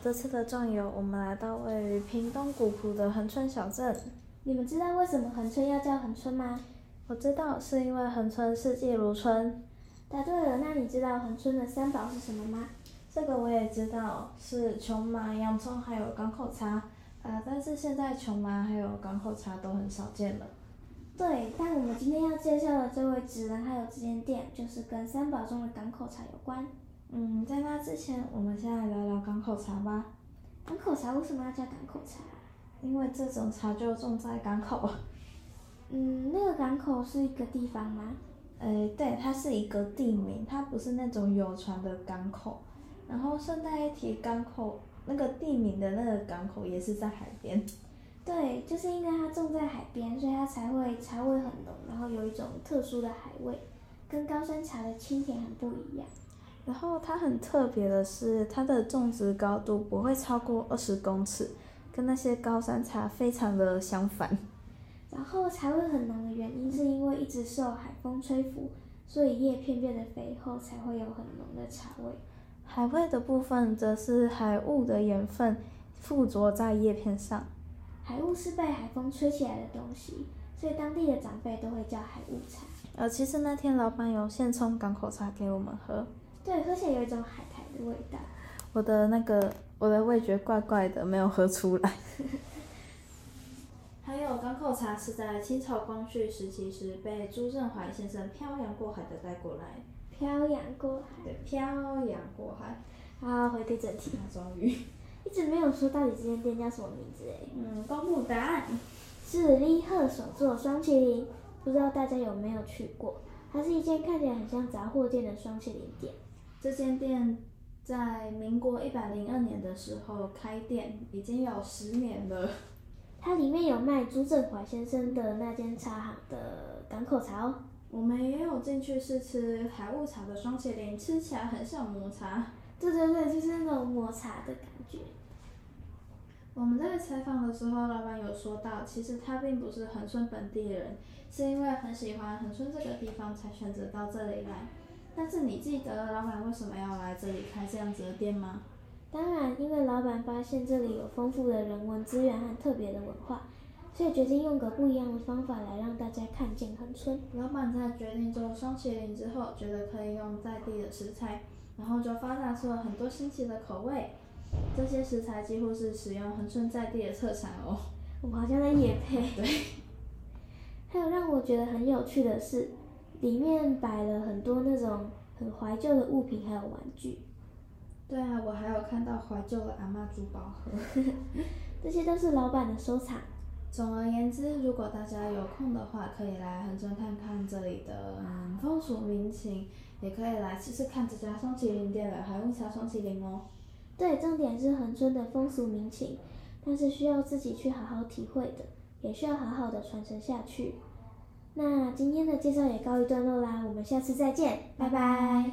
这次的壮游，我们来到位于屏东古埔的恒春小镇。你们知道为什么恒春要叫恒春吗？我知道是因为恒春四季如春，答对了。那你知道恒春的三宝是什么吗？这个我也知道，是琼麻、洋葱还有港口茶。呃，但是现在琼麻还有港口茶都很少见了。对，但我们今天要介绍的这位职人还有这间店，就是跟三宝中的港口茶有关。嗯，在那之前，我们先来聊聊港口茶吧，港口茶为什么要叫港口茶？因为这种茶就种在港口。嗯，那个港口是一个地方吗？诶，呃对，它是一个地名，它不是那种有船的港口。然后顺带一提，港口那个地名的那个港口也是在海边。对，就是因为它种在海边，所以它才会茶味很浓，然后有一种特殊的海味，跟高山茶的清甜很不一样。然后它很特别的是，它的种植高度不会超过二十公尺，跟那些高山茶非常的相反。然后茶味很浓的原因是因为一直受海风吹拂，所以叶片变得肥厚，才会有很浓的茶味。海味的部分则是海雾的盐分附着在叶片上。海雾是被海风吹起来的东西，所以当地的长辈都会叫海雾茶。呃，其实那天老板有现冲港口茶给我们喝，对，喝起来有一种海苔的味道。我的那个我的味觉怪怪的，没有喝出来。 还有港口茶是在清朝光绪时期时被朱振怀先生漂洋过海的带过来，漂洋过海。对，漂洋过海，好，回归正题，那终于，一直没有说到底这间店叫什么名字诶，嗯，公布答案。是利赫手做双麒麟，不知道大家有没有去过？它是一间看起来很像杂货店的双麒麟店。这间店在民国一百零二年的时候开店，已经有十年了。它里面有卖朱振华先生的那间茶行的港口茶哦。我们也有进去试吃海雾茶的双麒麟，吃起来很像抹茶。对对对，就是那种抹茶的感觉。我们在采访的时候，老板有说到，其实他并不是恒春本地人，是因为很喜欢恒春这个地方才选择到这里来。但是你记得老板为什么要来这里开这样子的店吗？当然，因为老板发现这里有丰富的人文资源和特别的文化，所以决定用个不一样的方法来让大家看见恒春。老板在决定做双麒麟之后，觉得可以用在地的食材，然后就发展出了很多新奇的口味。这些食材几乎是使用恒春在地的特产哦。 我好像在夜配。 还有让我觉得很有趣的是，里面摆了很多那种很怀旧的物品，还有玩具，对啊，我还有看到怀旧的阿嬷珠宝盒。这些都是老板的收藏。总而言之，如果大家有空的话，可以来恒春看看这里的嗯风俗民情，也可以来试试看这家双麒麟店的海雾茶双麒麟哦。对，重点是恒春的风俗民情，但是需要自己去好好体会的，也需要好好的传承下去。那今天的介绍也告一段落啦，我们下次再见，拜拜